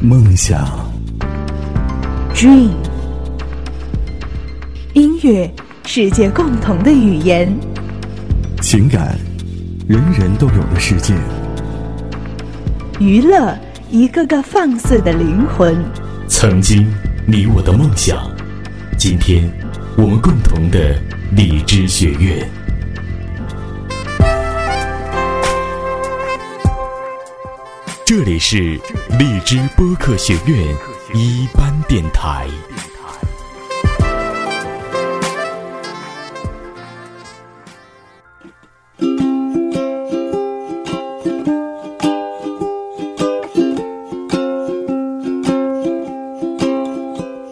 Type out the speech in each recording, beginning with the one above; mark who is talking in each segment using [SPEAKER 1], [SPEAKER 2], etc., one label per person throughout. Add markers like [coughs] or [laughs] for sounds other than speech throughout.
[SPEAKER 1] 梦想
[SPEAKER 2] dream。音乐，世界共同的语言。
[SPEAKER 1] 情感，人人都有的世界。
[SPEAKER 2] 娱乐，一个个放肆的灵魂。
[SPEAKER 3] 曾经，你我的梦想；今天，我们共同的理知学院。这里是荔枝播客学院一班电台。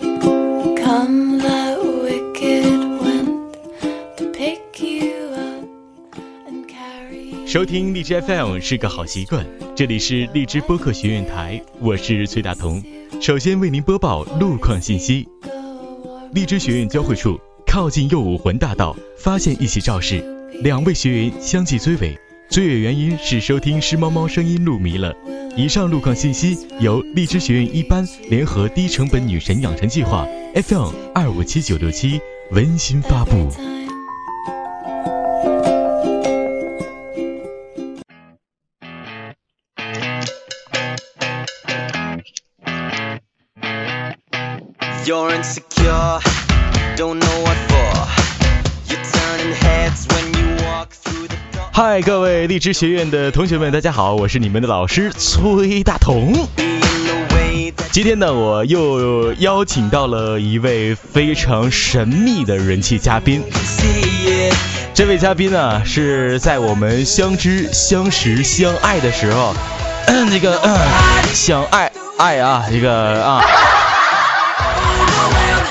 [SPEAKER 4] Come the wicked wind to pick you up and carry.
[SPEAKER 3] 收听荔枝 FM 是个好习惯，这里是荔枝播客学院台，我是崔大同。首先为您播报路况信息：荔枝学院交汇处靠近右五环大道发现一起肇事，两位学员相继追尾，追尾原因是收听狮猫猫声音路迷了。以上路况信息由荔枝学院一班联合低成本女神养成计划 FM 二五七九六七温馨发布。
[SPEAKER 5] You're insecure, don't know what for. You're turning heads when you walk through the door.
[SPEAKER 3] 嗨，各位荔枝学院的同学们，大家好，我是你们的老师崔大同。
[SPEAKER 5] Being the way that
[SPEAKER 3] 今天呢，我又邀请到了一位非常神秘的人气嘉宾。
[SPEAKER 5] you see it.
[SPEAKER 3] 这位嘉宾呢，是在我们相知、相识、相爱的时候， [coughs] 那个、 [coughs] 呃、想爱爱啊，这个啊，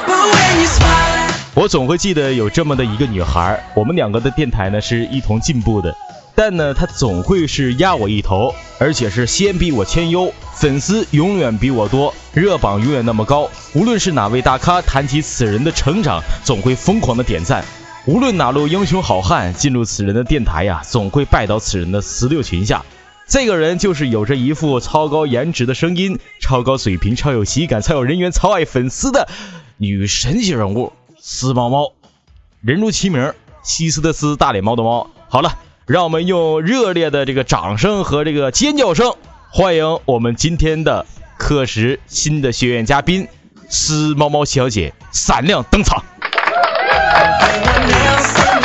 [SPEAKER 5] But when you smile at
[SPEAKER 3] 我总会记得有这么的一个女孩儿，我们两个的电台呢是一同进步的，但呢她总会是压我一头，而且是先比我千优，粉丝永远比我多，热榜永远那么高。无论是哪位大咖谈起此人的成长，总会疯狂的点赞。无论哪路英雄好汉进入此人的电台呀、总会拜倒此人的石榴裙下。这个人就是有着一副超高颜值的声音、超高水平、超有喜感、超有人缘、超爱粉丝的女神级人物丝猫猫，人如其名，西施的斯，大脸猫的猫。好了，让我们用热烈的这个掌声和这个尖叫声，欢迎我们今天的课时新的学员嘉宾丝猫猫小姐闪亮登场。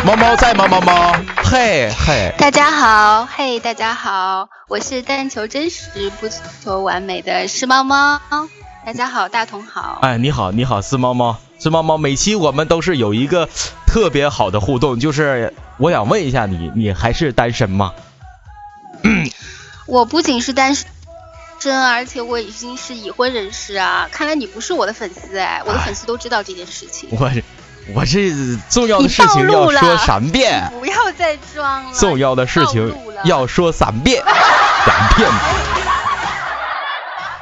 [SPEAKER 3] 猫猫在吗？猫猫，嘿嘿。
[SPEAKER 6] 大家好，嘿，大家好，我是但求真实不求完美的诗猫猫。大家好，大同好。
[SPEAKER 3] 哎，你好，你好，四猫猫，四猫猫，每期我们都是有一个特别好的互动，就是我想问一下你，你还是单身吗？
[SPEAKER 6] 我不仅是单身，而且我已经是已婚人士啊。看来你不是我的粉丝哎，我的粉丝都知道这件事情。
[SPEAKER 3] 我我这重要的
[SPEAKER 6] 你
[SPEAKER 3] 事情
[SPEAKER 6] 暴
[SPEAKER 3] 要
[SPEAKER 6] 露了
[SPEAKER 3] 说三遍，
[SPEAKER 6] 不要再装了。
[SPEAKER 3] 重要的事
[SPEAKER 6] 你
[SPEAKER 3] 情
[SPEAKER 6] 暴露了
[SPEAKER 3] 要说三遍，
[SPEAKER 6] [laughs]
[SPEAKER 3] 三遍。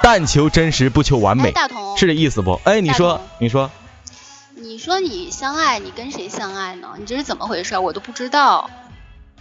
[SPEAKER 3] 但求真实，不求完
[SPEAKER 6] 哎
[SPEAKER 3] 美，
[SPEAKER 6] 大同
[SPEAKER 3] 是这意思不？哎，你
[SPEAKER 6] 大
[SPEAKER 3] 说
[SPEAKER 6] 同，
[SPEAKER 3] 你说，
[SPEAKER 6] 你说你相爱，你跟谁相爱呢？你这是怎么回事？我都不知道。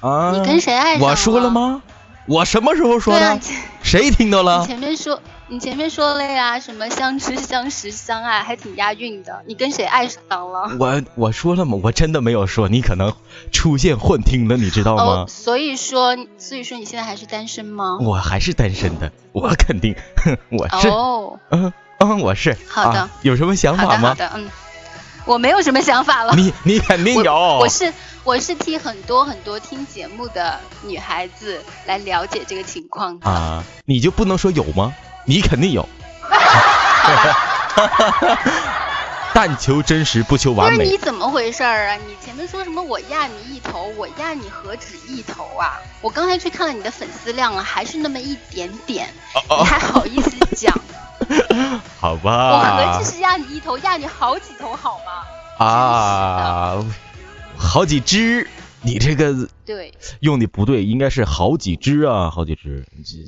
[SPEAKER 3] 啊，
[SPEAKER 6] 你跟谁爱上
[SPEAKER 3] 我说了？吗？我什么时候说
[SPEAKER 6] 对啊，
[SPEAKER 3] 的
[SPEAKER 6] 你？前
[SPEAKER 3] 谁听到
[SPEAKER 6] 你
[SPEAKER 3] 了？
[SPEAKER 6] 前面说，你前面说了呀，什么相知、相识、相爱，还挺押韵的。你跟谁爱上了？
[SPEAKER 3] 我我说了吗？我真的没有说，你可能出现幻听了，你知道吗？
[SPEAKER 6] 哦所以说，所以说你现在还是单身吗？
[SPEAKER 3] 我还是单身的，我肯定， [laughs] 哼，我是，
[SPEAKER 6] 哦，
[SPEAKER 3] 嗯 [laughs] 嗯，我是。
[SPEAKER 6] 好的
[SPEAKER 3] 啊有什么想
[SPEAKER 6] 好
[SPEAKER 3] 法
[SPEAKER 6] 的好
[SPEAKER 3] 吗？
[SPEAKER 6] 的，嗯，我没有什么想法了。
[SPEAKER 3] 你你肯定
[SPEAKER 6] 我
[SPEAKER 3] 有。
[SPEAKER 6] 我是我是替很多很多听节目的女孩子来了解这个情况的。
[SPEAKER 3] 啊，你就不能说有吗？你肯
[SPEAKER 6] [laughs]
[SPEAKER 3] 定有。但求真实，不求
[SPEAKER 6] 不
[SPEAKER 3] 完
[SPEAKER 6] 是你
[SPEAKER 3] 美。
[SPEAKER 6] 怎么回事儿啊？你前面说什么我压你一头，我压你何止一头啊？我刚才去看了你的粉丝量了，还是那么一点点，
[SPEAKER 3] 哦
[SPEAKER 6] 你还好意思
[SPEAKER 3] [laughs]
[SPEAKER 6] 讲？
[SPEAKER 3] 好
[SPEAKER 6] 我
[SPEAKER 3] 吧
[SPEAKER 6] 何止。是压你一头，压你好几头好吗？
[SPEAKER 3] 啊，好几只，你这个
[SPEAKER 6] 对
[SPEAKER 3] 用的不对，应该是好几只啊，好几只，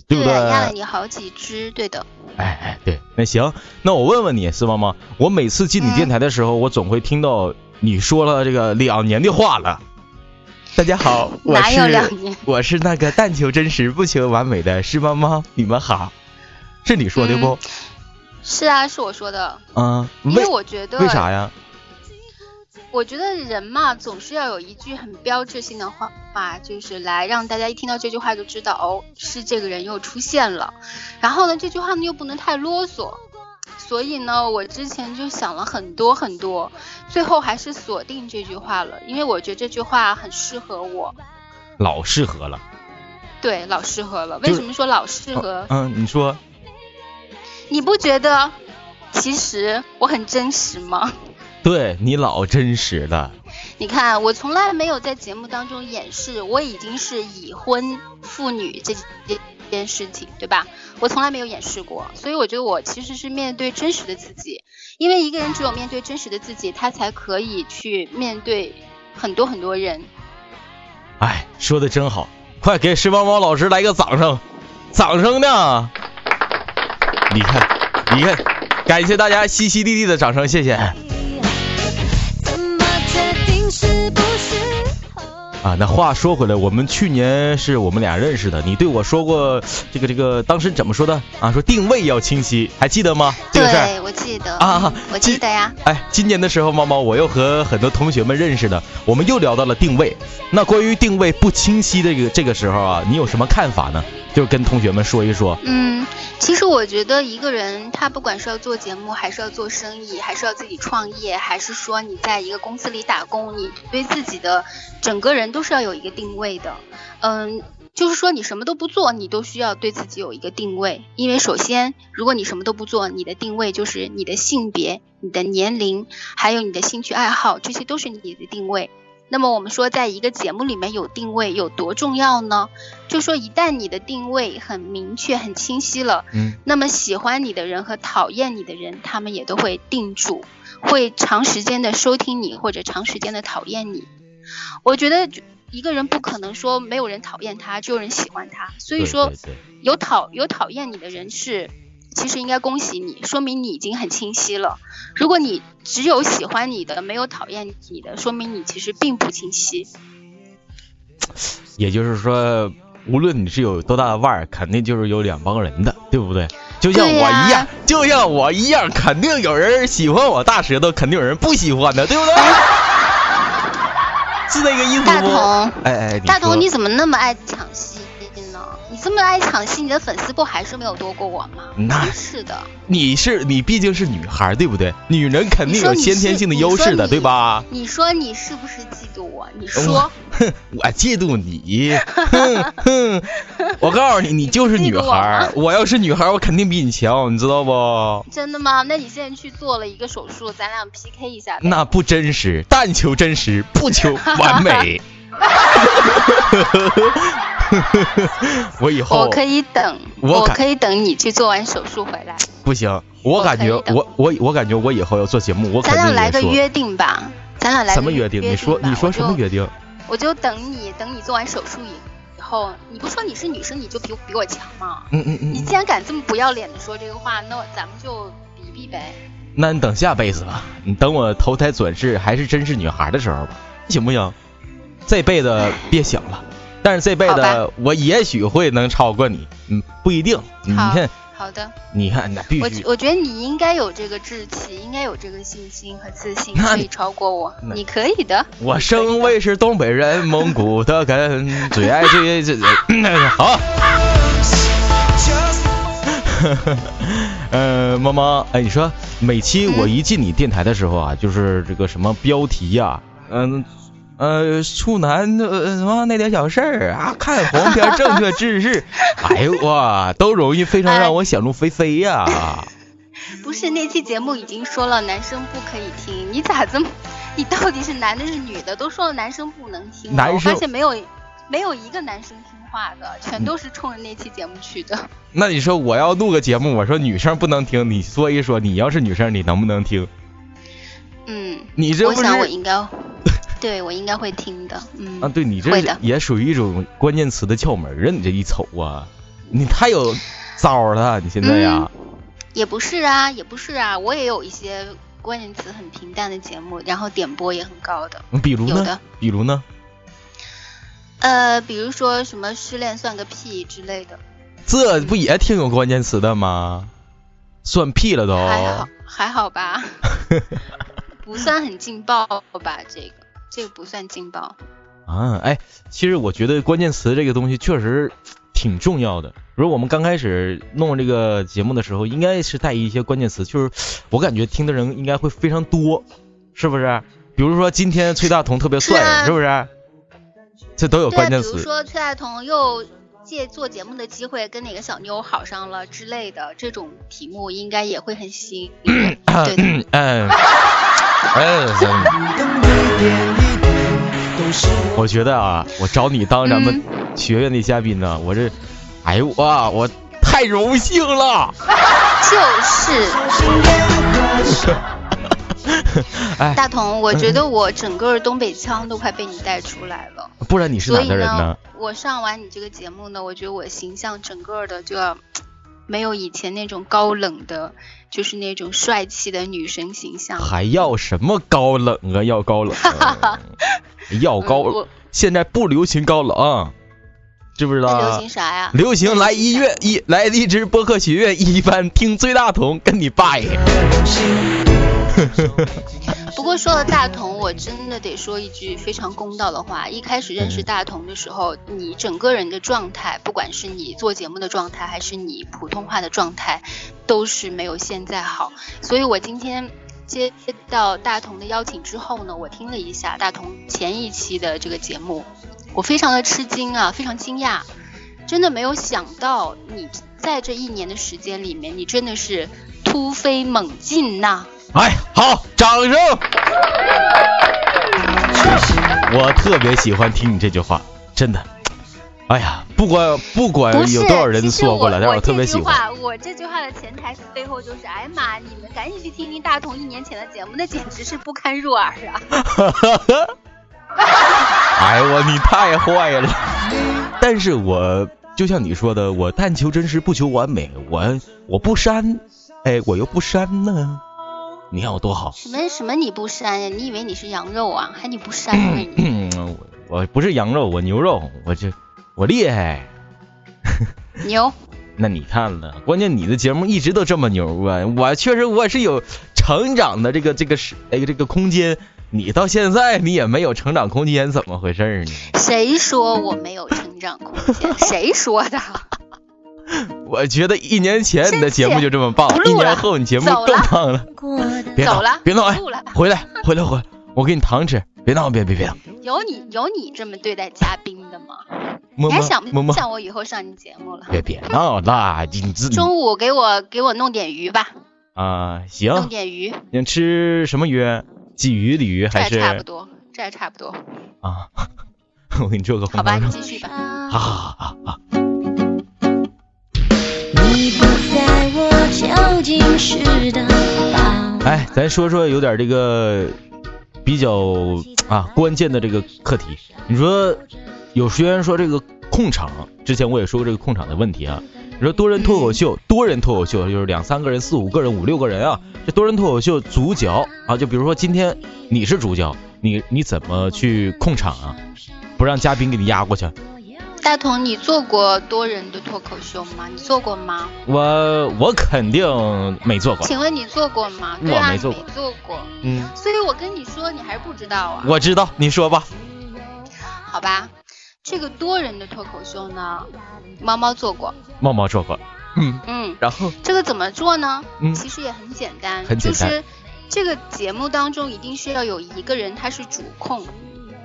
[SPEAKER 3] 对不
[SPEAKER 6] 对啊，压了
[SPEAKER 3] 对？
[SPEAKER 6] 你好几只，对的。
[SPEAKER 3] 哎哎，对，那行，那我问问你，四猫猫，我每次进你电台的时候，我总会听到你说了这个两年的话了。大家好，我
[SPEAKER 6] 哪
[SPEAKER 3] 是
[SPEAKER 6] 有两年
[SPEAKER 3] 我是那个但求真实不求完美的诗猫猫，你们好，是你说的不？
[SPEAKER 6] 是啊，是我说的，
[SPEAKER 3] 啊，
[SPEAKER 6] 嗯因为我觉得
[SPEAKER 3] 为啥呀？
[SPEAKER 6] 我觉得人嘛，总是要有一句很标志性的话嘛，就是来让大家一听到这句话就知道哦，是这个人又出现了。然后呢，这句话呢又不能太啰嗦，所以呢，我之前就想了很多很多，最后还是锁定这句话了，因为我觉得这句话很适合我，
[SPEAKER 3] 老适合了。
[SPEAKER 6] 对，老适合了。
[SPEAKER 3] 就是
[SPEAKER 6] 为什么说老适合？
[SPEAKER 3] 嗯、你说
[SPEAKER 6] 你不觉得其实我很真实吗？
[SPEAKER 3] 对你老真实了。
[SPEAKER 6] 你看，我从来没有在节目当中掩饰我已经是已婚妇女这这件事情，对吧？我从来没有掩饰过，所以我觉得我其实是面对真实的自己，因为一个人只有面对真实的自己，他才可以去面对很多很多人。
[SPEAKER 3] 哎，说的真好，快给石邦邦老师来个掌声，掌声呢？你看，你看，感谢大家淅淅沥沥的掌声，谢谢。
[SPEAKER 7] 怎么确定是不是好？
[SPEAKER 3] 啊，那话说回来，我们去年是我们俩认识的，你对我说过这个这个，当时怎么说的啊？说定位要清晰，还记得吗？这个事儿。
[SPEAKER 6] 对，我记得
[SPEAKER 3] 啊
[SPEAKER 6] 嗯我记
[SPEAKER 3] 记
[SPEAKER 6] 得呀。
[SPEAKER 3] 哎，今年的时候，猫猫我又和很多同学们认识的，我们又聊到了定位。那关于定位不清晰这个这个时候啊，你有什么看法呢？就是跟同学们说一说。
[SPEAKER 6] 嗯，其实我觉得一个人他不管是要做节目，还是要做生意，还是要自己创业，还是说你在一个公司里打工，你对自己的整个人都是要有一个定位的。嗯，就是说你什么都不做，你都需要对自己有一个定位，因为首先，如果你什么都不做，你的定位就是你的性别、你的年龄，还有你的兴趣爱好，这些都是你的定位。那么我们说，在一个节目里面有定位有多重要呢？就说一旦你的定位很明确、很清晰了，
[SPEAKER 3] 嗯，
[SPEAKER 6] 那么喜欢你的人和讨厌你的人，他们也都会定住，会长时间的收听你或者长时间的讨厌你。我觉得一个人不可能说没有人讨厌他，只有人喜欢他，所以说
[SPEAKER 3] 对对对
[SPEAKER 6] 有讨有讨厌你的人是，其实应该恭喜你，说明你已经很清晰了。如果你只有喜欢你的，没有讨厌你的，说明你其实并不清晰。
[SPEAKER 3] 也就是说，无论你是有多大的腕儿，肯定就是有两帮人的，对不对？就像我
[SPEAKER 6] 对
[SPEAKER 3] 一
[SPEAKER 6] 呀
[SPEAKER 3] 样，就像我一样，肯定有人喜欢我大舌头，肯定有人不喜欢的，对
[SPEAKER 6] [laughs]
[SPEAKER 3] 不对？是那个意思
[SPEAKER 6] 大
[SPEAKER 3] 不？
[SPEAKER 6] 同，
[SPEAKER 3] 哎哎，
[SPEAKER 6] 大
[SPEAKER 3] 说
[SPEAKER 6] 同，你怎么那么爱抢戏呢？你这么爱抢戏，你的粉丝不还是没有多过我吗？
[SPEAKER 3] 那
[SPEAKER 6] 真是的，
[SPEAKER 3] 你是你毕竟是女孩儿，对不对？女人肯定有
[SPEAKER 6] 你说你
[SPEAKER 3] 先天
[SPEAKER 6] 是
[SPEAKER 3] 性的
[SPEAKER 6] 你
[SPEAKER 3] 优
[SPEAKER 6] 说
[SPEAKER 3] 势的，
[SPEAKER 6] 你
[SPEAKER 3] 对吧？嗯
[SPEAKER 6] 你说你是不是嫉妒我？你
[SPEAKER 3] 我
[SPEAKER 6] 说，
[SPEAKER 3] 我哎嫉妒
[SPEAKER 6] [laughs]
[SPEAKER 3] 你，哼哼！我告诉你，你就是女孩儿。
[SPEAKER 6] 啊
[SPEAKER 3] 我要是女孩儿，我肯定比你强，你知道不？
[SPEAKER 6] 真的吗？那你现在去做了一个手术，咱俩 PK 一下呗。
[SPEAKER 3] 那不真实，但求真实，不求完美。 [laughs] 我以
[SPEAKER 6] 我
[SPEAKER 3] 后
[SPEAKER 6] 可以等，
[SPEAKER 3] 我
[SPEAKER 6] 我
[SPEAKER 3] 感
[SPEAKER 6] 可以等你去做完手术回来，
[SPEAKER 3] 不行，我
[SPEAKER 6] 我
[SPEAKER 3] 感
[SPEAKER 6] 可以
[SPEAKER 3] 觉
[SPEAKER 6] 的
[SPEAKER 3] 我我我感觉我以后要做节目，我肯
[SPEAKER 6] 咱俩
[SPEAKER 3] 定
[SPEAKER 6] 来
[SPEAKER 3] 也
[SPEAKER 6] 个
[SPEAKER 3] 说
[SPEAKER 6] 约定吧。咱俩来
[SPEAKER 3] 什么
[SPEAKER 6] 约
[SPEAKER 3] 约定？你说
[SPEAKER 6] 吧
[SPEAKER 3] 你说什么？约定？
[SPEAKER 6] 我就我就等你，等你做完手术以后，你不说你是女生，你就比我比我强吗？
[SPEAKER 3] 嗯嗯
[SPEAKER 6] 你
[SPEAKER 3] 嗯，
[SPEAKER 6] 既然敢这么不要脸的说这个话，那我咱们就比比呗。
[SPEAKER 3] 那你等下辈子吧，你等我投胎转世还是真是女孩的时候吧，行不行？这辈子别想了，但是这辈
[SPEAKER 6] 好吧
[SPEAKER 3] 子我也许会能超过你，嗯，不一定。你 [laughs]
[SPEAKER 6] 好
[SPEAKER 3] 看，
[SPEAKER 6] 好的，
[SPEAKER 3] 你看，那必
[SPEAKER 6] 我
[SPEAKER 3] 须
[SPEAKER 6] 我觉得你应该有这个志气，应该有这个信心和自信，
[SPEAKER 3] 那
[SPEAKER 6] 可
[SPEAKER 3] 你
[SPEAKER 6] 以超过我
[SPEAKER 3] 那，
[SPEAKER 6] 你可以的。
[SPEAKER 3] 我生为是东北人，蒙古的根，最爱最最最好。 [laughs] 呃，猫猫，哎，你说每期我一进你电台的时候啊，就是这个什么标题呀、嗯、呃，处男呃什么那点小事儿啊，看黄片儿正确知识，哎呦哇，都容易非常让我想入非非呀、
[SPEAKER 6] 不是那期节目已经说了，男生不可以听，你咋这么？你到底是男的是女的？都说了男生不能听了，
[SPEAKER 3] 男生
[SPEAKER 6] 我发现没有没有一个男生听话的，全都是冲着那期节目去的。
[SPEAKER 3] 那你说我要录个节目，我说女生不能听，你说一说，你要是女生，你能不能听？
[SPEAKER 6] 嗯，
[SPEAKER 3] 你这
[SPEAKER 6] 我
[SPEAKER 3] 不是
[SPEAKER 6] 想我应该，对我应该会听的。嗯，
[SPEAKER 3] 啊？对你这
[SPEAKER 6] 会的
[SPEAKER 3] 也属于一种关键词的窍门儿啊！你这一瞅啊，你太有招儿了，你现在呀，
[SPEAKER 6] 嗯也不是啊，也不是啊，我也有一些关键词很平淡的节目，然后点播也很高的。
[SPEAKER 3] 嗯比如
[SPEAKER 6] 有
[SPEAKER 3] 呢
[SPEAKER 6] 的？
[SPEAKER 3] 比如呢？
[SPEAKER 6] 呃，比如说什么失恋算个屁之类的。
[SPEAKER 3] 这不也挺有关键词的吗？算屁了都。
[SPEAKER 6] 还好还
[SPEAKER 3] [laughs]
[SPEAKER 6] 好吧，不算很劲爆吧？这个这个不算劲爆。
[SPEAKER 3] 啊，哎，其实我觉得关键词这个东西确实挺重要的。比如我们刚开始弄这个节目的时候，应该是带一些关键词，就是我感觉听的人应该会非常多，是不是？比如说今天崔大同特别帅，
[SPEAKER 6] 是
[SPEAKER 3] 是,
[SPEAKER 6] 啊
[SPEAKER 3] 不是？这都有
[SPEAKER 6] 对啊，
[SPEAKER 3] 关
[SPEAKER 6] 比
[SPEAKER 3] 键
[SPEAKER 6] 如
[SPEAKER 3] 词。
[SPEAKER 6] 说崔大同又借做节目的机会跟哪个小妞好上了之类的，这种题目应该也会很吸引
[SPEAKER 3] [laughs]
[SPEAKER 6] 人。对的，
[SPEAKER 3] 嗯嗯嗯，我觉得啊，我找你当咱们
[SPEAKER 6] 嗯
[SPEAKER 3] 学院的嘉宾呢，我这，哎呦哇，我太荣幸了。
[SPEAKER 6] 就是
[SPEAKER 3] [laughs] 哎，
[SPEAKER 6] 大同，我觉得我整个东北腔都快被你带出来了。
[SPEAKER 3] 不然你是
[SPEAKER 6] 所
[SPEAKER 3] 哪
[SPEAKER 6] 以
[SPEAKER 3] 的人呢？
[SPEAKER 6] 我上完你这个节目呢，我觉得我形象整个的就要没有以前那种高冷的，就是那种帅气的女神形象。
[SPEAKER 3] 还要什么高冷啊？要高
[SPEAKER 6] [laughs]
[SPEAKER 3] 冷啊，要高
[SPEAKER 6] 嗯我
[SPEAKER 3] 现在不流行高冷、啊知不知道
[SPEAKER 6] 那
[SPEAKER 3] 啊？
[SPEAKER 6] 流行啥呀？
[SPEAKER 3] 流行来医院一来荔枝播客学院一班听最大同跟你爸爷，
[SPEAKER 6] 不过说到大同，我真的得说一句非常公道的话。一开始认识大同的时候，你整个人的状态，不管是你做节目的状态，还是你普通话的状态，都是没有现在好。所以我今天接到大同的邀请之后呢，我听了一下大同前一期的这个节目，我非常的吃惊啊，非常惊讶，真的没有想到你在这一年的时间里面，你真的是突飞猛进呐、
[SPEAKER 3] 哎，好，掌声！我特别喜欢听你这句话，真的。哎呀，不管不管
[SPEAKER 6] 不是，
[SPEAKER 3] 呃有多少人说过了，
[SPEAKER 6] 其实
[SPEAKER 3] 但
[SPEAKER 6] 我
[SPEAKER 3] 是特别喜欢。。
[SPEAKER 6] 我这句话，我这句话的潜台词背后就是，哎妈，你们赶紧去听听大同一年前的节目，那简直是不堪入耳啊！
[SPEAKER 3] [laughs] 哎呦我，你太坏了！但是我就像你说的，我但求真实，不求完美。我我不删，哎，我又不删呢。你看我多好。
[SPEAKER 6] 什么什么你不删呀？你以为你是羊肉啊？还你不删呢你？
[SPEAKER 3] 嗯，我我不是羊肉，我牛肉，我这我厉害。
[SPEAKER 6] 牛！
[SPEAKER 3] 那你看了，关键你的节目一直都这么牛啊！我确实我是有成长的这个这个是哎这个空间，你到现在你也没有成长空间，怎么回事儿呢？
[SPEAKER 6] 谁说我没有成长空间？谁说的？
[SPEAKER 3] 我觉得一年前你的节目就这么棒
[SPEAKER 6] 生，气
[SPEAKER 3] 一
[SPEAKER 6] 不录了
[SPEAKER 3] 年后你节目
[SPEAKER 6] 走了
[SPEAKER 3] 更棒了。别闹
[SPEAKER 6] 走了
[SPEAKER 3] 别闹，哎
[SPEAKER 6] 不录了，
[SPEAKER 3] 回来，回来，回来，我给你糖吃。别闹，别别别闹，
[SPEAKER 6] 有你有你这么对待嘉宾的吗？
[SPEAKER 3] 摸
[SPEAKER 6] 你还
[SPEAKER 3] 摸
[SPEAKER 6] 想
[SPEAKER 3] 摸
[SPEAKER 6] 不
[SPEAKER 3] 摸，
[SPEAKER 6] 想我以后上你节目了？
[SPEAKER 3] 别别闹啦，你你自己
[SPEAKER 6] 中午给我给我弄点鱼吧，
[SPEAKER 3] 啊
[SPEAKER 6] 弄
[SPEAKER 3] 行，
[SPEAKER 6] 点鱼，
[SPEAKER 3] 你吃什么鱼？鲫鱼、鲤鱼
[SPEAKER 6] 这
[SPEAKER 3] 还
[SPEAKER 6] 也
[SPEAKER 3] 是
[SPEAKER 6] 差不多，这也差不多，
[SPEAKER 3] 啊？ [laughs] 我给你做个
[SPEAKER 6] 好
[SPEAKER 3] 红
[SPEAKER 6] 吧，
[SPEAKER 3] 烧
[SPEAKER 6] 你
[SPEAKER 3] 肉。
[SPEAKER 6] 继续吧。
[SPEAKER 3] 啊啊啊！
[SPEAKER 7] 你不在我究竟是的宝。
[SPEAKER 3] 哎，咱说说有点这个比较啊关键的这个课题。你说有学员说这个控场，之前我也说过这个控场的问题啊。你说多人脱口秀，多人脱口秀就是两三个人、四五个人、五六个人啊。这多人脱口秀主角啊，就比如说今天你是主角，啊你你怎么去控场啊？不让嘉宾给你压过去。
[SPEAKER 6] 大同，你做过多人的脱口秀吗？你做过吗？
[SPEAKER 3] 我我肯定没做过。
[SPEAKER 6] 请问你做过吗？
[SPEAKER 3] 我
[SPEAKER 6] 对啊，
[SPEAKER 3] 没
[SPEAKER 6] 你
[SPEAKER 3] 做过
[SPEAKER 6] 没做过。
[SPEAKER 3] 嗯，
[SPEAKER 6] 所以我跟你说，你还是不知道啊。
[SPEAKER 3] 我知道，你说吧。
[SPEAKER 6] 好吧，这个多人的脱口秀呢，猫猫做过。
[SPEAKER 3] 茂茂说过。嗯，
[SPEAKER 6] 嗯，
[SPEAKER 3] 然后
[SPEAKER 6] 这个怎么做呢？
[SPEAKER 3] 嗯
[SPEAKER 6] 其实也很简单，
[SPEAKER 3] 很简单
[SPEAKER 6] 就是这个节目当中一定是要有一个人他是主控，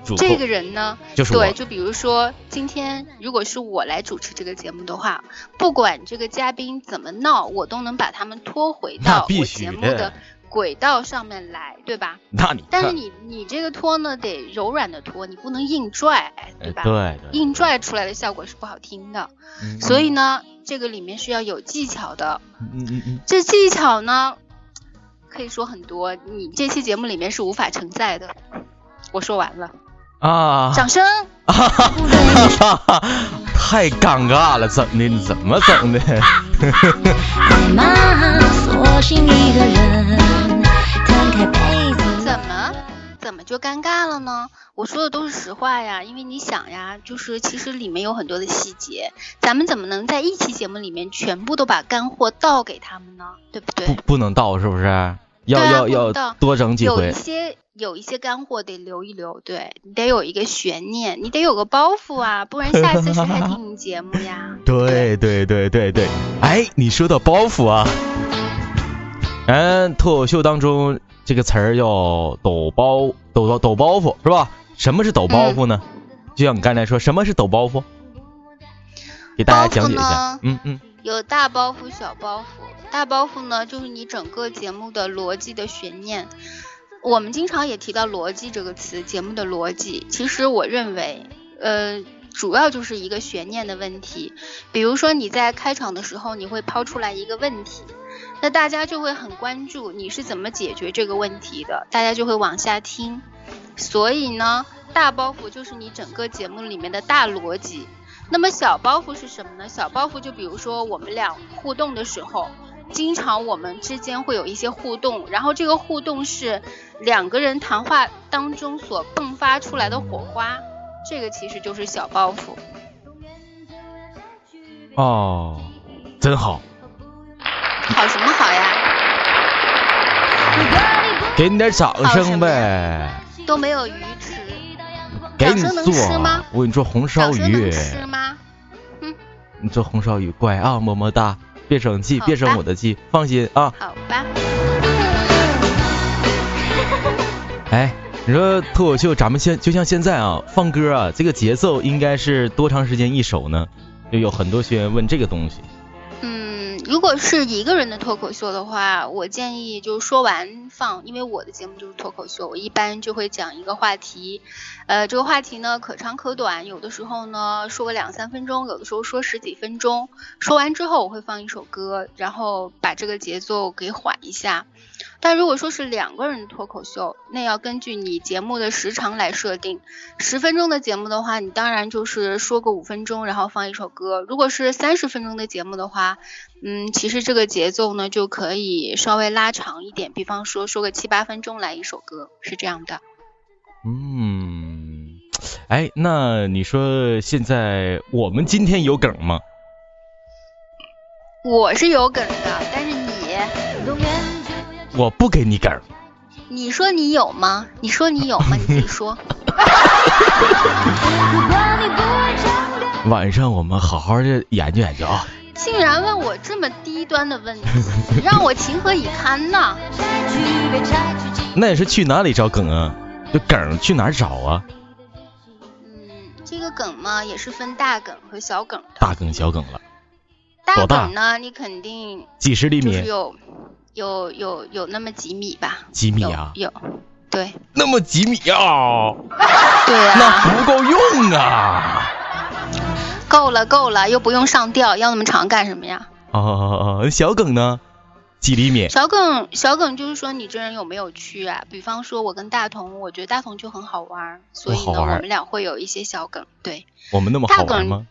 [SPEAKER 3] 主
[SPEAKER 6] 这
[SPEAKER 3] 控
[SPEAKER 6] 个人呢，
[SPEAKER 3] 就是我
[SPEAKER 6] 对，就比如说今天如果是我来主持这个节目的话，不管这个嘉宾怎么闹，我都能把他们拖回
[SPEAKER 3] 那
[SPEAKER 6] 到
[SPEAKER 3] 必
[SPEAKER 6] 我
[SPEAKER 3] 须
[SPEAKER 6] 节目
[SPEAKER 3] 的
[SPEAKER 6] 的轨道上面来，对吧？
[SPEAKER 3] 那你
[SPEAKER 6] 但是
[SPEAKER 3] 看
[SPEAKER 6] 你你这个拖呢，得柔软的拖，你不能硬拽，对
[SPEAKER 3] 呃
[SPEAKER 6] 吧？
[SPEAKER 3] 对对，
[SPEAKER 6] 硬拽出来的效果是不好听的，
[SPEAKER 3] 嗯
[SPEAKER 6] 所以呢，这个里面是要有技巧的。
[SPEAKER 3] 嗯嗯嗯，
[SPEAKER 6] 这技巧呢，可以说很多，你这期节目里面是无法承载的。我说完了，
[SPEAKER 3] 啊，
[SPEAKER 6] 掌声。
[SPEAKER 3] [laughs] 太尴尬了，怎么的？你怎么整
[SPEAKER 6] [laughs]
[SPEAKER 3] 的？
[SPEAKER 7] 海马索性一个人摊开被子。
[SPEAKER 6] 怎么？怎么就尴尬了呢？我说的都是实话呀，因为你想呀，就是其实里面有很多的细节，咱们怎么能在一期节目里面全部都把干货倒给他们呢？对不对？
[SPEAKER 3] 不不能倒是不是？要、
[SPEAKER 6] 对啊
[SPEAKER 3] 要
[SPEAKER 6] 不能
[SPEAKER 3] 要
[SPEAKER 6] 倒
[SPEAKER 3] 多整几
[SPEAKER 6] 有一
[SPEAKER 3] 回。
[SPEAKER 6] 些有一些干货得留一留，对你得有一个悬念，你得有个包袱啊，不然下次谁还听你节目呀？
[SPEAKER 3] [laughs] 对对对对对，哎，你说到包袱啊，嗯，脱口秀当中这个词儿叫抖包抖抖抖包袱是吧？什么是抖
[SPEAKER 6] 嗯
[SPEAKER 3] 包袱呢？就像你刚才说，什么是抖包袱？给大家讲解一
[SPEAKER 6] 包袱
[SPEAKER 3] 下
[SPEAKER 6] 呢。
[SPEAKER 3] 嗯嗯，
[SPEAKER 6] 有大包袱、小包袱。大包袱呢，就是你整个节目的逻辑的悬念。我们经常也提到“逻辑”这个词，节目的逻辑。其实我认为，呃，主要就是一个悬念的问题。比如说你在开场的时候，你会抛出来一个问题，那大家就会很关注你是怎么解决这个问题的，大家就会往下听。所以呢，大包袱就是你整个节目里面的大逻辑。那么小包袱是什么呢？小包袱就比如说我们俩互动的时候，经常我们之间会有一些互动，然后这个互动是两个人谈话当中所迸发出来的火花，这个其实就是小包袱。
[SPEAKER 3] 哦，真好，
[SPEAKER 6] 好什么好呀？
[SPEAKER 3] 给你点掌
[SPEAKER 6] 好什
[SPEAKER 3] 声
[SPEAKER 6] 么
[SPEAKER 3] 呗，
[SPEAKER 6] 都没有鱼吃，
[SPEAKER 3] 给你
[SPEAKER 6] 掌声能
[SPEAKER 3] 做
[SPEAKER 6] 吃吗，
[SPEAKER 3] 我跟你说红烧
[SPEAKER 6] 掌声
[SPEAKER 3] 鱼
[SPEAKER 6] 能，吃吗？
[SPEAKER 3] 你做红烧鱼乖啊，么么哒，别生气，
[SPEAKER 6] 好
[SPEAKER 3] 别生
[SPEAKER 6] 吧
[SPEAKER 3] 我的气，放心啊。
[SPEAKER 6] 好吧，
[SPEAKER 3] 哎，你说脱口秀，咱们现就像现在啊，放歌啊，这个节奏应该是多长时间一首呢？就有很多学员问这个东西。
[SPEAKER 6] 嗯，如果是一个人的脱口秀的话，我建议就说完放，因为我的节目就是脱口秀，我一般就会讲一个话题，呃，这个话题呢可长可短，有的时候呢说个两三分钟，有的时候说十几分钟。说完之后我会放一首歌，然后把这个节奏给缓一下。但如果说是两个人的脱口秀，那要根据你节目的时长来设定。十分钟的节目的话，你当然就是说个五分钟，然后放一首歌。如果是三十分钟的节目的话，嗯，其实这个节奏呢就可以稍微拉长一点，比方说说个七八分钟来一首歌，是这样的。
[SPEAKER 3] 嗯，哎，那你说现在我们今天有梗吗？
[SPEAKER 6] 我是有梗的，但是你，
[SPEAKER 3] 我不给你梗儿，
[SPEAKER 6] 你说你有吗？你说你有吗？
[SPEAKER 3] [laughs]
[SPEAKER 6] 你自己说。
[SPEAKER 3] 晚上我们好好的研究研究啊。
[SPEAKER 6] 竟然问我这么低端的问题，让我情何以堪呐！
[SPEAKER 3] 那也是去哪里找梗啊？这梗儿去哪儿找啊？
[SPEAKER 6] 嗯，这个梗嘛也是分大梗和小梗的。
[SPEAKER 3] 大梗小梗了，多
[SPEAKER 6] 大
[SPEAKER 3] 大
[SPEAKER 6] 梗呢，你肯定
[SPEAKER 3] 几十厘
[SPEAKER 6] 就是
[SPEAKER 3] 米，
[SPEAKER 6] 有有有有那么几米吧？
[SPEAKER 3] 几米啊？
[SPEAKER 6] 有，有对
[SPEAKER 3] 那么几米啊？
[SPEAKER 6] 对
[SPEAKER 3] 那
[SPEAKER 6] 啊，
[SPEAKER 3] 不够用啊！
[SPEAKER 6] 够了够了，又不用上吊，要那么长干什么呀？
[SPEAKER 3] 哦哦哦哦，小梗呢？几厘米？
[SPEAKER 6] 小梗小梗就是说你这人有没有趣啊？比方说我跟大同，我觉得大同就很好玩儿，所以
[SPEAKER 3] 哦好
[SPEAKER 6] 呢
[SPEAKER 3] 玩儿
[SPEAKER 6] 我们俩会有一些小梗，对，
[SPEAKER 3] 我们那么好玩吗？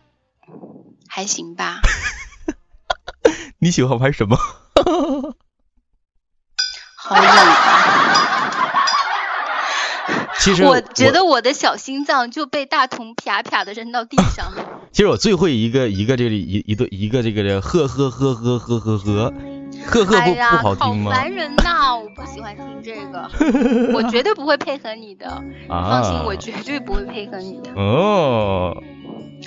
[SPEAKER 6] 还行吧。 [laughs]
[SPEAKER 3] 你喜欢玩什么？
[SPEAKER 6] 好冷啊！
[SPEAKER 3] 其实
[SPEAKER 6] 我觉得我的小心脏就被大同啪啪的扔到地上。
[SPEAKER 3] 其实我最会一个一个这个一一对一个这个这个呵呵呵呵呵呵呵呵呵
[SPEAKER 6] 哎
[SPEAKER 3] 不
[SPEAKER 6] 呀，
[SPEAKER 3] 不好听吗？
[SPEAKER 6] 烦人呐！我不喜欢听这个，我绝对不会配合你的，放心，
[SPEAKER 3] 啊，
[SPEAKER 6] 我绝对不会配合你的。
[SPEAKER 3] 哦，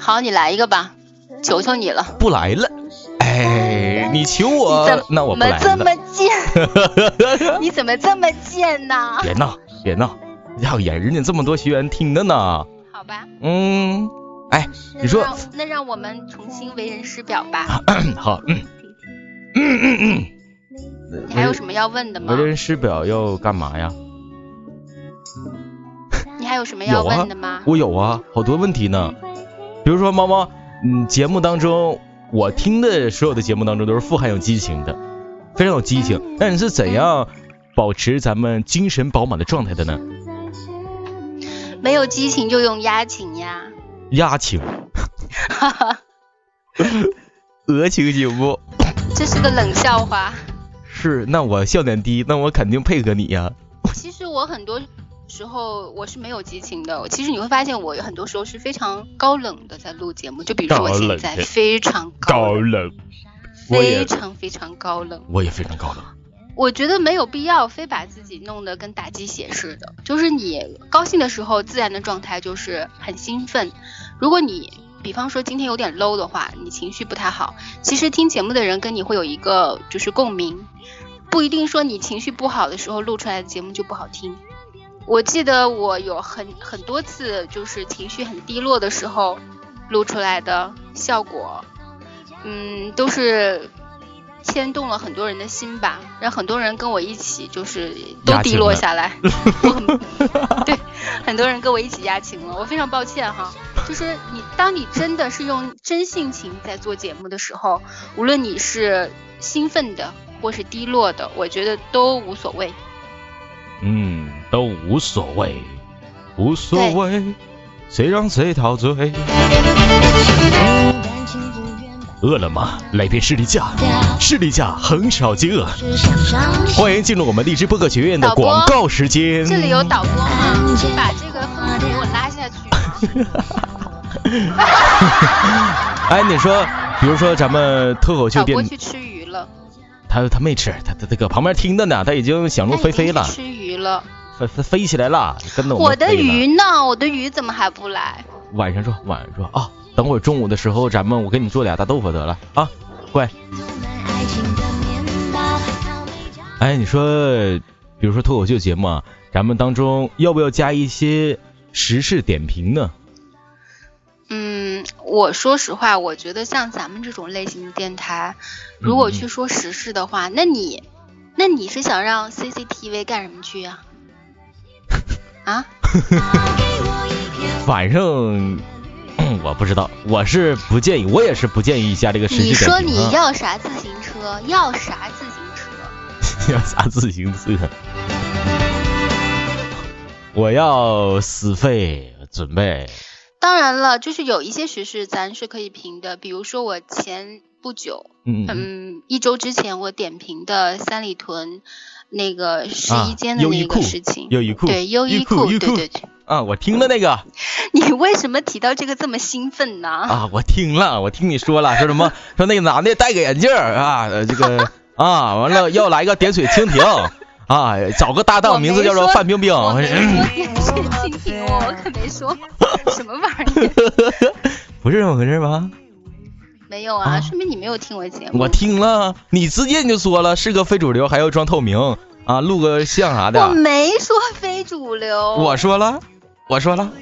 [SPEAKER 6] 好，你来一个吧，求求你了。
[SPEAKER 3] 不来了。哎，你求
[SPEAKER 6] 你
[SPEAKER 3] 我，
[SPEAKER 6] 怎
[SPEAKER 3] 那我不
[SPEAKER 6] 么
[SPEAKER 3] 来
[SPEAKER 6] 这
[SPEAKER 3] 了。
[SPEAKER 6] 么贱？
[SPEAKER 3] [laughs]
[SPEAKER 6] 你怎么这么贱呢？
[SPEAKER 3] 别闹，别闹，让人家这么多学员听着呢。
[SPEAKER 6] 好吧，
[SPEAKER 3] 嗯，哎，你
[SPEAKER 6] 那
[SPEAKER 3] 说
[SPEAKER 6] 让那让我们重新为人师表吧。
[SPEAKER 3] 好，嗯嗯嗯
[SPEAKER 6] 你还有
[SPEAKER 3] 嗯
[SPEAKER 6] 什么要问的吗
[SPEAKER 3] 为？为人师表要干嘛呀？
[SPEAKER 6] 你还有什么要
[SPEAKER 3] 有啊
[SPEAKER 6] 问的吗？
[SPEAKER 3] 我有啊，好多问题呢。比如说，猫猫，嗯，节目当中我听的所有的节目当中都是富含有激情的，非常有激情。那你是怎样保持咱们精神饱满的状态的呢？
[SPEAKER 6] 没有激情就用压情呀。 [laughs]
[SPEAKER 3] 压情、鹅情行不？
[SPEAKER 6] 这是个冷笑
[SPEAKER 3] [laughs]
[SPEAKER 6] 话。
[SPEAKER 3] 是，那我笑点低，那我肯定配合你呀、
[SPEAKER 6] 其实我很多时候我是没有激情的。其实你会发现，我有很多时候是非常高冷的在录节目。就比如说我
[SPEAKER 3] 高冷
[SPEAKER 6] 现在
[SPEAKER 3] 的
[SPEAKER 6] 非常高冷，
[SPEAKER 3] 冷，我也
[SPEAKER 6] 非常非常高冷。
[SPEAKER 3] 我也非常高冷。
[SPEAKER 6] 我觉得没有必要非把自己弄得跟打鸡血似的。就是你高兴的时候，自然的状态就是很兴奋。如果你比方说今天有点 low 的话，你情绪不太好，其实听节目的人跟你会有一个就是共鸣，不一定说你情绪不好的时候录出来的节目就不好听。我记得我有很很多次就是情绪很低落的时候录出来的效果，嗯，都是牵动了很多人的心吧，让很多人跟我一起就是都
[SPEAKER 3] 压
[SPEAKER 6] 低
[SPEAKER 3] 情
[SPEAKER 6] 落
[SPEAKER 3] 了
[SPEAKER 6] 下来。我很 [laughs] 对，很多人跟我一起压情了，我非常抱歉哈。就是你，当你真的是用真性情在做节目的时候，无论你是兴奋的或是低落的，我觉得都无所谓。
[SPEAKER 3] 嗯，都无所谓，无所谓，谁让谁陶醉。
[SPEAKER 7] 感情不愿摆
[SPEAKER 3] 饿了么来瓶士力架，
[SPEAKER 7] 掉，
[SPEAKER 3] 士力架很少饥饿。
[SPEAKER 7] 只想伤心。
[SPEAKER 3] 欢迎进入我们荔枝播客学院的广告时间。
[SPEAKER 6] 这里有导播吗？你把这个风给我拉下去吗。
[SPEAKER 3] [laughs] 哎，你说，比如说咱们脱口秀
[SPEAKER 6] 导播
[SPEAKER 3] 电，
[SPEAKER 6] 去吃鱼了，
[SPEAKER 3] 他他没吃，他他这个旁边听的呢，他已经想入
[SPEAKER 6] 他
[SPEAKER 3] 非
[SPEAKER 6] 已
[SPEAKER 3] 非
[SPEAKER 6] 经去
[SPEAKER 3] 了，
[SPEAKER 6] 吃鱼了。
[SPEAKER 3] 飞飞飞起来了，跟着我
[SPEAKER 6] 我
[SPEAKER 3] 们
[SPEAKER 6] 的
[SPEAKER 3] 飞了
[SPEAKER 6] 鱼呢？我的鱼怎么还不来？
[SPEAKER 3] 晚上说，晚上说啊，等会儿中午的时候咱们我给你做俩大豆腐得了啊，乖。哎，你说，比如说脱口秀节目啊，咱们当中要不要加一些时事点评呢？
[SPEAKER 6] 嗯，我说实话，我觉得像咱们这种类型的电台，如果去说时事的
[SPEAKER 3] 嗯
[SPEAKER 6] 话，那你，那你是想让 CCTV 干什么
[SPEAKER 3] [laughs]
[SPEAKER 6] 去呀、啊？
[SPEAKER 3] 晚上、嗯 [clears throat] 我不知道，我是不建议，我也是不建议加这个时
[SPEAKER 6] 你
[SPEAKER 3] 事
[SPEAKER 6] 说
[SPEAKER 3] 点评、啊。
[SPEAKER 6] 你要啥自行车？要啥自行车？
[SPEAKER 3] [laughs] 要啥自行车？我要死费准备。
[SPEAKER 6] 当然了，就是有一些时事咱是可以评的，比如说我前不久，
[SPEAKER 3] 嗯嗯
[SPEAKER 6] 嗯，一周之前我点评的三里屯那个试
[SPEAKER 3] 啊
[SPEAKER 6] 衣间的
[SPEAKER 3] 优衣
[SPEAKER 6] 那个
[SPEAKER 3] 库
[SPEAKER 6] 事情，
[SPEAKER 3] 优衣库
[SPEAKER 6] 对优衣
[SPEAKER 3] 优
[SPEAKER 6] 库，
[SPEAKER 3] 衣
[SPEAKER 6] 对
[SPEAKER 3] 库
[SPEAKER 6] 对 [laughs] 对，
[SPEAKER 3] 啊，我听了那个。
[SPEAKER 6] 你为什么提到这个这么兴奋呢？
[SPEAKER 3] 啊，我听了，我听你说
[SPEAKER 6] [laughs]
[SPEAKER 3] 了，说什么？说那个男的戴个眼镜儿啊，呃这个啊，完了要来个点水蜻蜓啊，找个搭
[SPEAKER 6] 我
[SPEAKER 3] 档
[SPEAKER 6] 没
[SPEAKER 3] 名字叫做
[SPEAKER 6] 说
[SPEAKER 3] 范冰冰。
[SPEAKER 6] 我 [laughs] 没说点水蜻蜓，我我可没说什么玩
[SPEAKER 3] [laughs]
[SPEAKER 6] 意儿，
[SPEAKER 3] 不是这么回事吧？
[SPEAKER 6] 嗯没有啊，
[SPEAKER 3] 啊
[SPEAKER 6] 说明你没有听我节目。
[SPEAKER 3] 我听了，你直接你就说了是个非主流，还要装透明啊，录个像啥
[SPEAKER 6] 我
[SPEAKER 3] 的。啊
[SPEAKER 6] 没说非主流，
[SPEAKER 3] 我说了，我说了，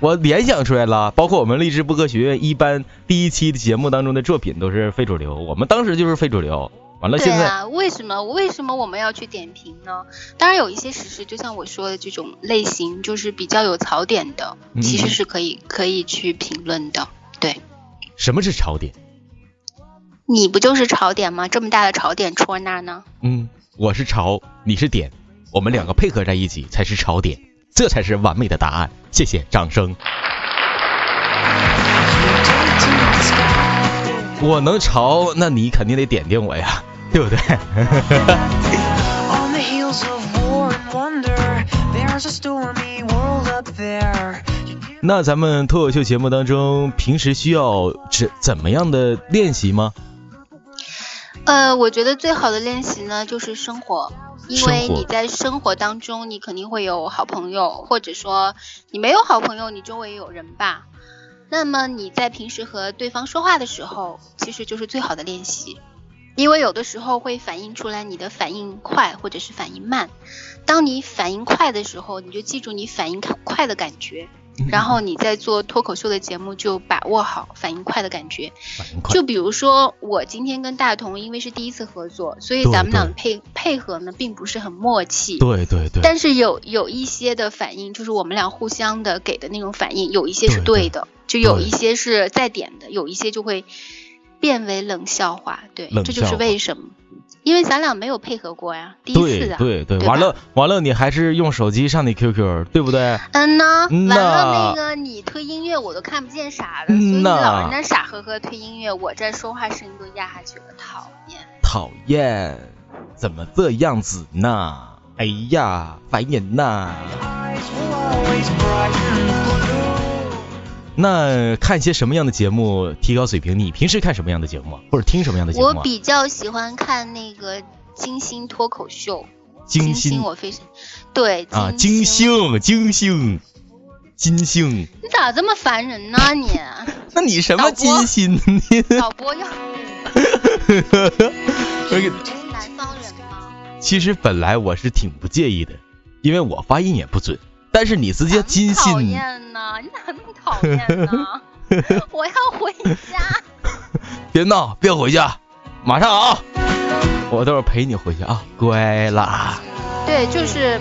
[SPEAKER 3] 我联想出来了，包括我们励志播客学院一般第一期的节目当中的作品都是非主流，我们当时就是非主流。完了，
[SPEAKER 6] 对
[SPEAKER 3] 现在、
[SPEAKER 6] 啊，为什么为什么我们要去点评呢？当然有一些实事，就像我说的这种类型，就是比较有槽点的，
[SPEAKER 3] 嗯
[SPEAKER 6] 其实是可以可以去评论的。
[SPEAKER 3] 什么是槽点？
[SPEAKER 6] 你不就是槽点吗？这么大的槽点戳那儿呢？
[SPEAKER 3] 嗯，我是潮，你是点，我们两个配合在一起才是潮点，这才是完美的答案。谢谢，掌声。我能潮，那你肯定得点点我呀， [laughs] 对不对？
[SPEAKER 8] On the heels of war and wonder, there's a stormy world up there.
[SPEAKER 3] 那咱们脱口秀节目当中，平时需要怎怎么样的练习吗？
[SPEAKER 6] 呃，我觉得最好的练习呢，就是生活，因
[SPEAKER 3] 生
[SPEAKER 6] 为
[SPEAKER 3] 活
[SPEAKER 6] 你在生活当中，你肯定会有好朋友，或者说你没有好朋友，你周围有人吧。那么你在平时和对方说话的时候，其实就是最好的练习，因为有的时候会反映出来你的反应快或者是反应慢。当你反应快的时候，你就记住你反应快的感觉，然
[SPEAKER 3] 嗯
[SPEAKER 6] 后你在做脱口秀的节目就把握好反应快的感觉。
[SPEAKER 3] 反应快
[SPEAKER 6] 就比如说，我今天跟大同因为是第一次合作，所以
[SPEAKER 3] 对
[SPEAKER 6] 咱们俩
[SPEAKER 3] 对
[SPEAKER 6] 配配合呢并不是很默契。
[SPEAKER 3] 对对对，
[SPEAKER 6] 但是有有一些的反应，就是我们俩互相的给的那种反应，有一些是
[SPEAKER 3] 对
[SPEAKER 6] 对的，就有
[SPEAKER 3] 对
[SPEAKER 6] 一些是在点的，有一些就会变为冷笑话。对，
[SPEAKER 3] 冷
[SPEAKER 6] 这就
[SPEAKER 3] 笑
[SPEAKER 6] 是
[SPEAKER 3] 话
[SPEAKER 6] 为什么，因为咱俩没有配合过呀，第一次啊。
[SPEAKER 3] 对对对，
[SPEAKER 6] 对
[SPEAKER 3] 完
[SPEAKER 6] 吧
[SPEAKER 3] 了完了，你还是用手机上的 QQ，对不对？
[SPEAKER 6] 嗯呐，
[SPEAKER 3] 嗯
[SPEAKER 6] 完
[SPEAKER 3] 呐
[SPEAKER 6] 了那个你推音乐我都看不见啥的，所以
[SPEAKER 3] 嗯
[SPEAKER 6] 你
[SPEAKER 3] 呐
[SPEAKER 6] 老人家傻呵呵推音乐，我这说话声音都压下去了，讨厌。
[SPEAKER 3] 讨厌，怎么这样子呢？哎呀，烦人呐！
[SPEAKER 8] Eyes will always brighten blue.
[SPEAKER 3] 那看些什么样的节目提高水平？你平时看什么样的节目啊，或者听什么样的节目
[SPEAKER 6] 我
[SPEAKER 3] 啊？
[SPEAKER 6] 比较喜欢看那个金星脱口秀，
[SPEAKER 3] 金
[SPEAKER 6] 星我非常对
[SPEAKER 3] 啊，金，星，金星，金星。
[SPEAKER 6] 你咋这么烦人呢
[SPEAKER 3] [laughs]
[SPEAKER 6] 你？
[SPEAKER 3] 那你什么
[SPEAKER 6] 导播
[SPEAKER 3] 金星？你
[SPEAKER 6] 导播要
[SPEAKER 3] 而且
[SPEAKER 6] 你是南方人啊吗？
[SPEAKER 3] [laughs] 其实本来我是挺不介意的，因为我发音也不准。但是你直接金
[SPEAKER 6] 很啊讨
[SPEAKER 3] 信，
[SPEAKER 6] 厌呢，你咋那么讨厌呢？
[SPEAKER 3] [laughs]
[SPEAKER 6] 我要回家。
[SPEAKER 3] 别闹，别回去，马上啊！我等会儿陪你回去啊，乖啦。
[SPEAKER 6] 对，就是，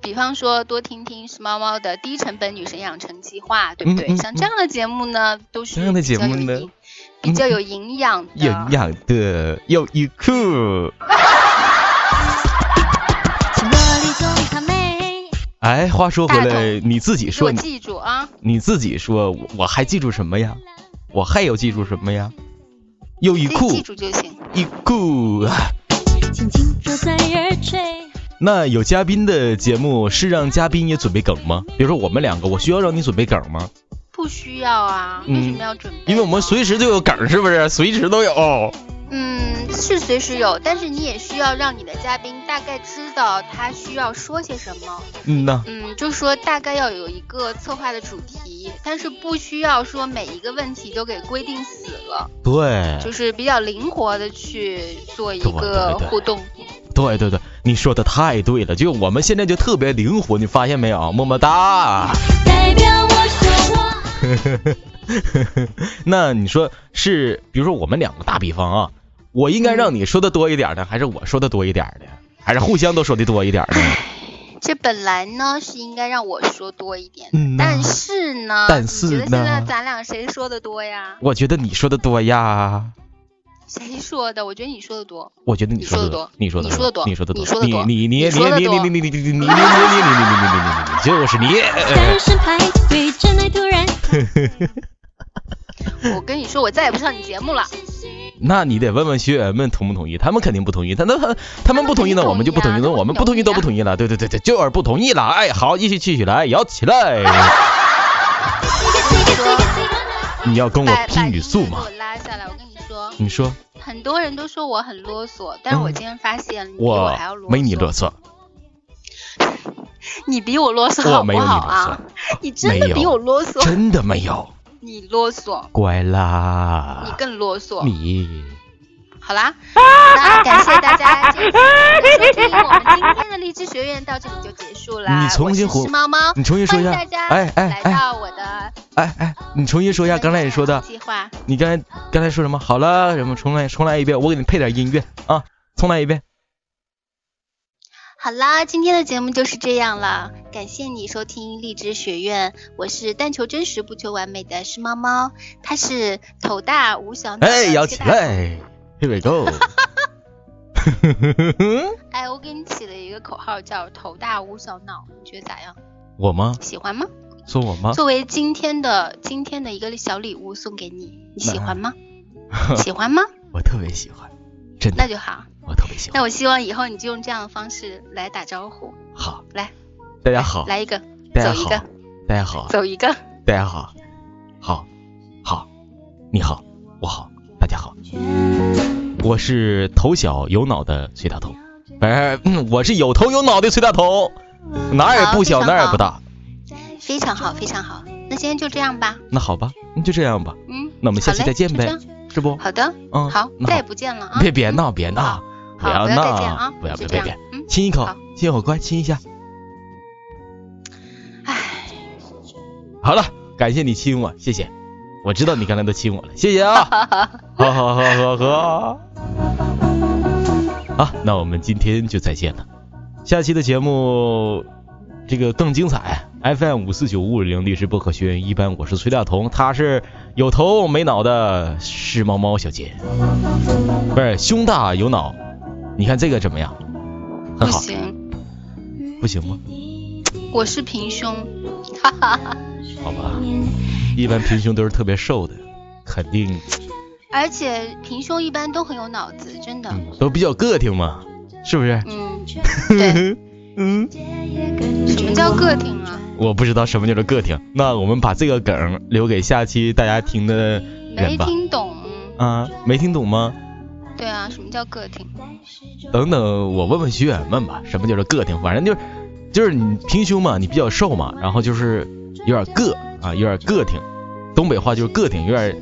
[SPEAKER 6] 比方说多听听是猫猫的低成本女神养成计划，对不对？
[SPEAKER 3] 嗯嗯
[SPEAKER 6] 像这样的节目呢，都是
[SPEAKER 3] 这样的节目
[SPEAKER 6] 比较
[SPEAKER 3] 呢嗯
[SPEAKER 6] 有营比较有营养的。
[SPEAKER 3] 营养的优衣库。哎，话说回
[SPEAKER 6] 大
[SPEAKER 3] 来，你自己
[SPEAKER 6] 给我
[SPEAKER 3] 说，你
[SPEAKER 6] 记住啊，
[SPEAKER 3] 你自己说，我我还记住什么呀？我还有记住什么呀？优衣
[SPEAKER 6] 自己
[SPEAKER 3] 库
[SPEAKER 6] 记，住就行。
[SPEAKER 3] 优衣库。
[SPEAKER 7] 轻轻坐在耳垂。
[SPEAKER 3] 那有嘉宾的节目是让嘉宾也准备梗吗？比如说我们两个，我需要让你准备梗吗？
[SPEAKER 6] 不需要啊，
[SPEAKER 3] 嗯
[SPEAKER 6] 为什么要准备呢？
[SPEAKER 3] 因为我们随时都有梗，是不是？随时都有。
[SPEAKER 6] 嗯是随时有，但是你也需要让你的嘉宾大概知道他需要说些什么。
[SPEAKER 3] 嗯呐，
[SPEAKER 6] 嗯，就说大概要有一个策划的主题，但是不需要说每一个问题都给规定死了。
[SPEAKER 3] 对，
[SPEAKER 6] 就是比较灵活的去做一
[SPEAKER 3] 对
[SPEAKER 6] 个
[SPEAKER 3] 嗯对对
[SPEAKER 6] 互动。
[SPEAKER 3] 对对对，你说的太对了，就我么现在就特别灵活，你发现没有？么么哒。
[SPEAKER 7] 代表我说话。
[SPEAKER 3] 那你说是，比如说我们两个打比方啊，我应该让你说的多一点呢，还是我说的多一点呢？还是互相都说的多一点呢？
[SPEAKER 6] 这本来呢是应该让我说多一点，
[SPEAKER 3] 嗯呐
[SPEAKER 6] 但是呢，
[SPEAKER 3] 但
[SPEAKER 6] 你觉
[SPEAKER 3] 是
[SPEAKER 6] 得现在
[SPEAKER 3] 呢
[SPEAKER 6] 咱俩谁说的多呀？
[SPEAKER 3] 我觉得你说的多呀，
[SPEAKER 6] 谁说的？我觉得你说的多。
[SPEAKER 3] 我觉得
[SPEAKER 6] 你
[SPEAKER 3] 说
[SPEAKER 6] 说
[SPEAKER 3] 的
[SPEAKER 6] 得多
[SPEAKER 3] 你说的
[SPEAKER 6] 你说得多
[SPEAKER 3] 你说的
[SPEAKER 6] 你说得多
[SPEAKER 3] 你你你
[SPEAKER 6] 你说得
[SPEAKER 3] 你你
[SPEAKER 6] 多
[SPEAKER 3] 你你你你你你你你你你你你你就是你。
[SPEAKER 7] 单身派对真爱突然。
[SPEAKER 6] 我跟你说，我再也不上你节目了。
[SPEAKER 3] 那你得问问学员们同不同意，他们肯定不同意。他那他他们不同意呢，我们就不同意
[SPEAKER 6] 他
[SPEAKER 3] 那
[SPEAKER 6] 们
[SPEAKER 3] 我们不
[SPEAKER 6] 不
[SPEAKER 3] 同
[SPEAKER 6] 同
[SPEAKER 3] 意
[SPEAKER 6] 意
[SPEAKER 3] 都不同意了。对对对对，就是不同意了。哎，好，一起继续来，摇起来。你要跟我
[SPEAKER 6] 把把
[SPEAKER 3] 拼
[SPEAKER 6] 音
[SPEAKER 3] 语
[SPEAKER 6] 乐
[SPEAKER 3] 速
[SPEAKER 6] 给
[SPEAKER 3] 吗
[SPEAKER 6] 我？拉下来。我跟你说，
[SPEAKER 3] 你说
[SPEAKER 6] 很多人都说我很啰嗦，但是我
[SPEAKER 3] 嗯
[SPEAKER 6] 今天发现你比我
[SPEAKER 3] 我
[SPEAKER 6] 还要啰嗦。
[SPEAKER 3] 没你啰，嗦，
[SPEAKER 6] 你比我啰嗦
[SPEAKER 3] 我
[SPEAKER 6] 好
[SPEAKER 3] 没
[SPEAKER 6] 不
[SPEAKER 3] 有你
[SPEAKER 6] 好
[SPEAKER 3] 啰嗦
[SPEAKER 6] 啊？，你真的
[SPEAKER 3] 没有
[SPEAKER 6] 比我啰嗦，
[SPEAKER 3] 真的没有。
[SPEAKER 6] 你啰嗦，
[SPEAKER 3] 乖
[SPEAKER 6] 你
[SPEAKER 3] 啦，
[SPEAKER 6] 更啰嗦。
[SPEAKER 3] 你
[SPEAKER 6] 好
[SPEAKER 3] [laughs]
[SPEAKER 6] 啦，那感谢大家这次的收听，我们今天的励志学院到这里就结束啦。
[SPEAKER 3] 你重新
[SPEAKER 6] 我
[SPEAKER 3] 回
[SPEAKER 6] 是猫猫，
[SPEAKER 3] 你重新说一下
[SPEAKER 6] 欢迎大家
[SPEAKER 3] 哎哎
[SPEAKER 6] 来
[SPEAKER 3] 哎
[SPEAKER 6] 到我的
[SPEAKER 3] 哎哎，你重新说一下刚才你说的，
[SPEAKER 6] 计划，
[SPEAKER 3] 你刚才刚才说什么？好了，什么重来重来一遍，我给你配点音乐啊，重来一遍。
[SPEAKER 6] 好啦，今天的节目就是这样了，感谢你收听荔枝学院，我是但求真实不求完美的是猫猫，它是头大无小脑的
[SPEAKER 3] [laughs]
[SPEAKER 6] [laughs]
[SPEAKER 3] 哎，摇
[SPEAKER 6] 缺
[SPEAKER 3] 起
[SPEAKER 6] 大
[SPEAKER 3] 来，Here we go。 [laughs]
[SPEAKER 6] 哎，我给你起了一个口号叫头大无小脑，你觉得咋样？
[SPEAKER 3] 我吗？
[SPEAKER 6] 喜欢吗？
[SPEAKER 3] 说我吗？
[SPEAKER 6] 作为今天的今天的一个小礼物送给你，你喜欢吗？喜欢吗？
[SPEAKER 3] 我特别喜欢，真
[SPEAKER 6] 那
[SPEAKER 3] 的，
[SPEAKER 6] 就好。
[SPEAKER 3] 我特别喜欢。
[SPEAKER 6] 那我希望以后你就用这样的方式来打招呼。
[SPEAKER 3] 好，
[SPEAKER 6] 来，
[SPEAKER 3] 大家好，
[SPEAKER 6] 来一个，
[SPEAKER 3] 大家
[SPEAKER 6] 走一
[SPEAKER 3] 好啊
[SPEAKER 6] 个，
[SPEAKER 3] 大家好，
[SPEAKER 6] 走一个。
[SPEAKER 3] 大家好，啊好，好，你好，我好，大家好，我是头小有脑的崔大头，不是，嗯我是有头有脑的崔大头，哪儿也不小，
[SPEAKER 6] 好非常
[SPEAKER 3] 哪儿也
[SPEAKER 6] 好
[SPEAKER 3] 不大。
[SPEAKER 6] 非常好，非常好。那今天就这样吧。
[SPEAKER 3] 那好吧，那就这样吧，
[SPEAKER 6] 嗯，
[SPEAKER 3] 那我们下期
[SPEAKER 6] 好嘞
[SPEAKER 3] 再见
[SPEAKER 6] 就
[SPEAKER 3] 呗
[SPEAKER 6] 这样，
[SPEAKER 3] 是不？
[SPEAKER 6] 好的，
[SPEAKER 3] 嗯，
[SPEAKER 6] 好，
[SPEAKER 3] 那
[SPEAKER 6] 再也不见了啊。
[SPEAKER 3] 别别闹，别闹
[SPEAKER 6] 好，
[SPEAKER 3] 不
[SPEAKER 6] 好，
[SPEAKER 3] 要
[SPEAKER 6] 不要再见啊
[SPEAKER 3] 闹，，不要
[SPEAKER 6] 就
[SPEAKER 3] 别
[SPEAKER 6] 这
[SPEAKER 3] 别
[SPEAKER 6] 样
[SPEAKER 3] 别，。
[SPEAKER 6] 嗯，
[SPEAKER 3] 亲一口
[SPEAKER 6] 好，
[SPEAKER 3] 亲一口，乖，亲一下。
[SPEAKER 6] 唉，
[SPEAKER 3] 好了，感谢你亲我，谢谢。我知道你刚才都亲我了，谢谢啊。好好好好好。啊，那我们今天就再见了，下期的节目这个更精彩。FM 五四九五五零律师不可学院一班，我是崔大同，他是有头没脑的是猫猫小姐，不是胸大有脑，你看这个怎么样？
[SPEAKER 6] 不
[SPEAKER 3] 很好，
[SPEAKER 6] 行，
[SPEAKER 3] 不行吗？
[SPEAKER 6] 我是平胸， [laughs] 哈哈哈。
[SPEAKER 3] 好吧，一般平胸都是特别瘦的，肯定
[SPEAKER 6] 而且平胸一般都很有脑子，真的。
[SPEAKER 3] 嗯都比较个挺嘛，是不是？ [laughs]
[SPEAKER 6] 嗯，对，
[SPEAKER 3] 嗯，
[SPEAKER 6] 什么叫个挺啊？
[SPEAKER 3] 我不知道什么叫做个挺。那我们把这个梗留给下期大家听的
[SPEAKER 6] 没
[SPEAKER 3] 人吧。
[SPEAKER 6] 听懂。
[SPEAKER 3] 啊，没听懂吗？
[SPEAKER 6] 对啊，什么叫个挺？
[SPEAKER 3] 等等，我问问徐远问吧，什么叫做个挺？反正就是就是你平胸嘛，你比较瘦嘛，然后就是有点个啊，有点个挺。东北话就是个挺，有点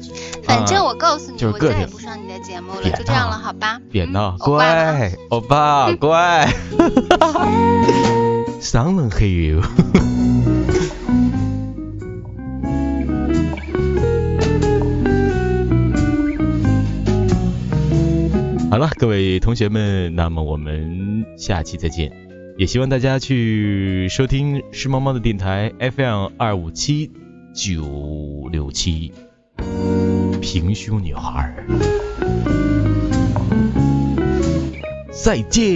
[SPEAKER 6] 反正我告诉你，
[SPEAKER 3] 就是
[SPEAKER 6] 我
[SPEAKER 3] 个
[SPEAKER 6] 再也
[SPEAKER 3] 挺
[SPEAKER 6] 不上你的节目了，
[SPEAKER 3] 别
[SPEAKER 6] 就这样
[SPEAKER 3] 闹
[SPEAKER 6] 了，好吧？
[SPEAKER 3] 别
[SPEAKER 6] 嗯
[SPEAKER 3] 闹，
[SPEAKER 6] 我挂了啊
[SPEAKER 3] 乖，欧巴， [laughs] 乖。Someone h e you。好了，各位同学们，那么我们下期再见。也希望大家去收听是猫猫的电台 FM 二五七九六七平胸女孩儿。再见，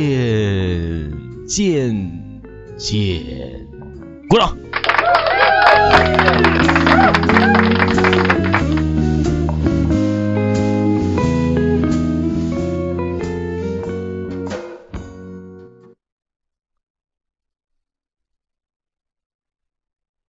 [SPEAKER 3] 见见，鼓掌。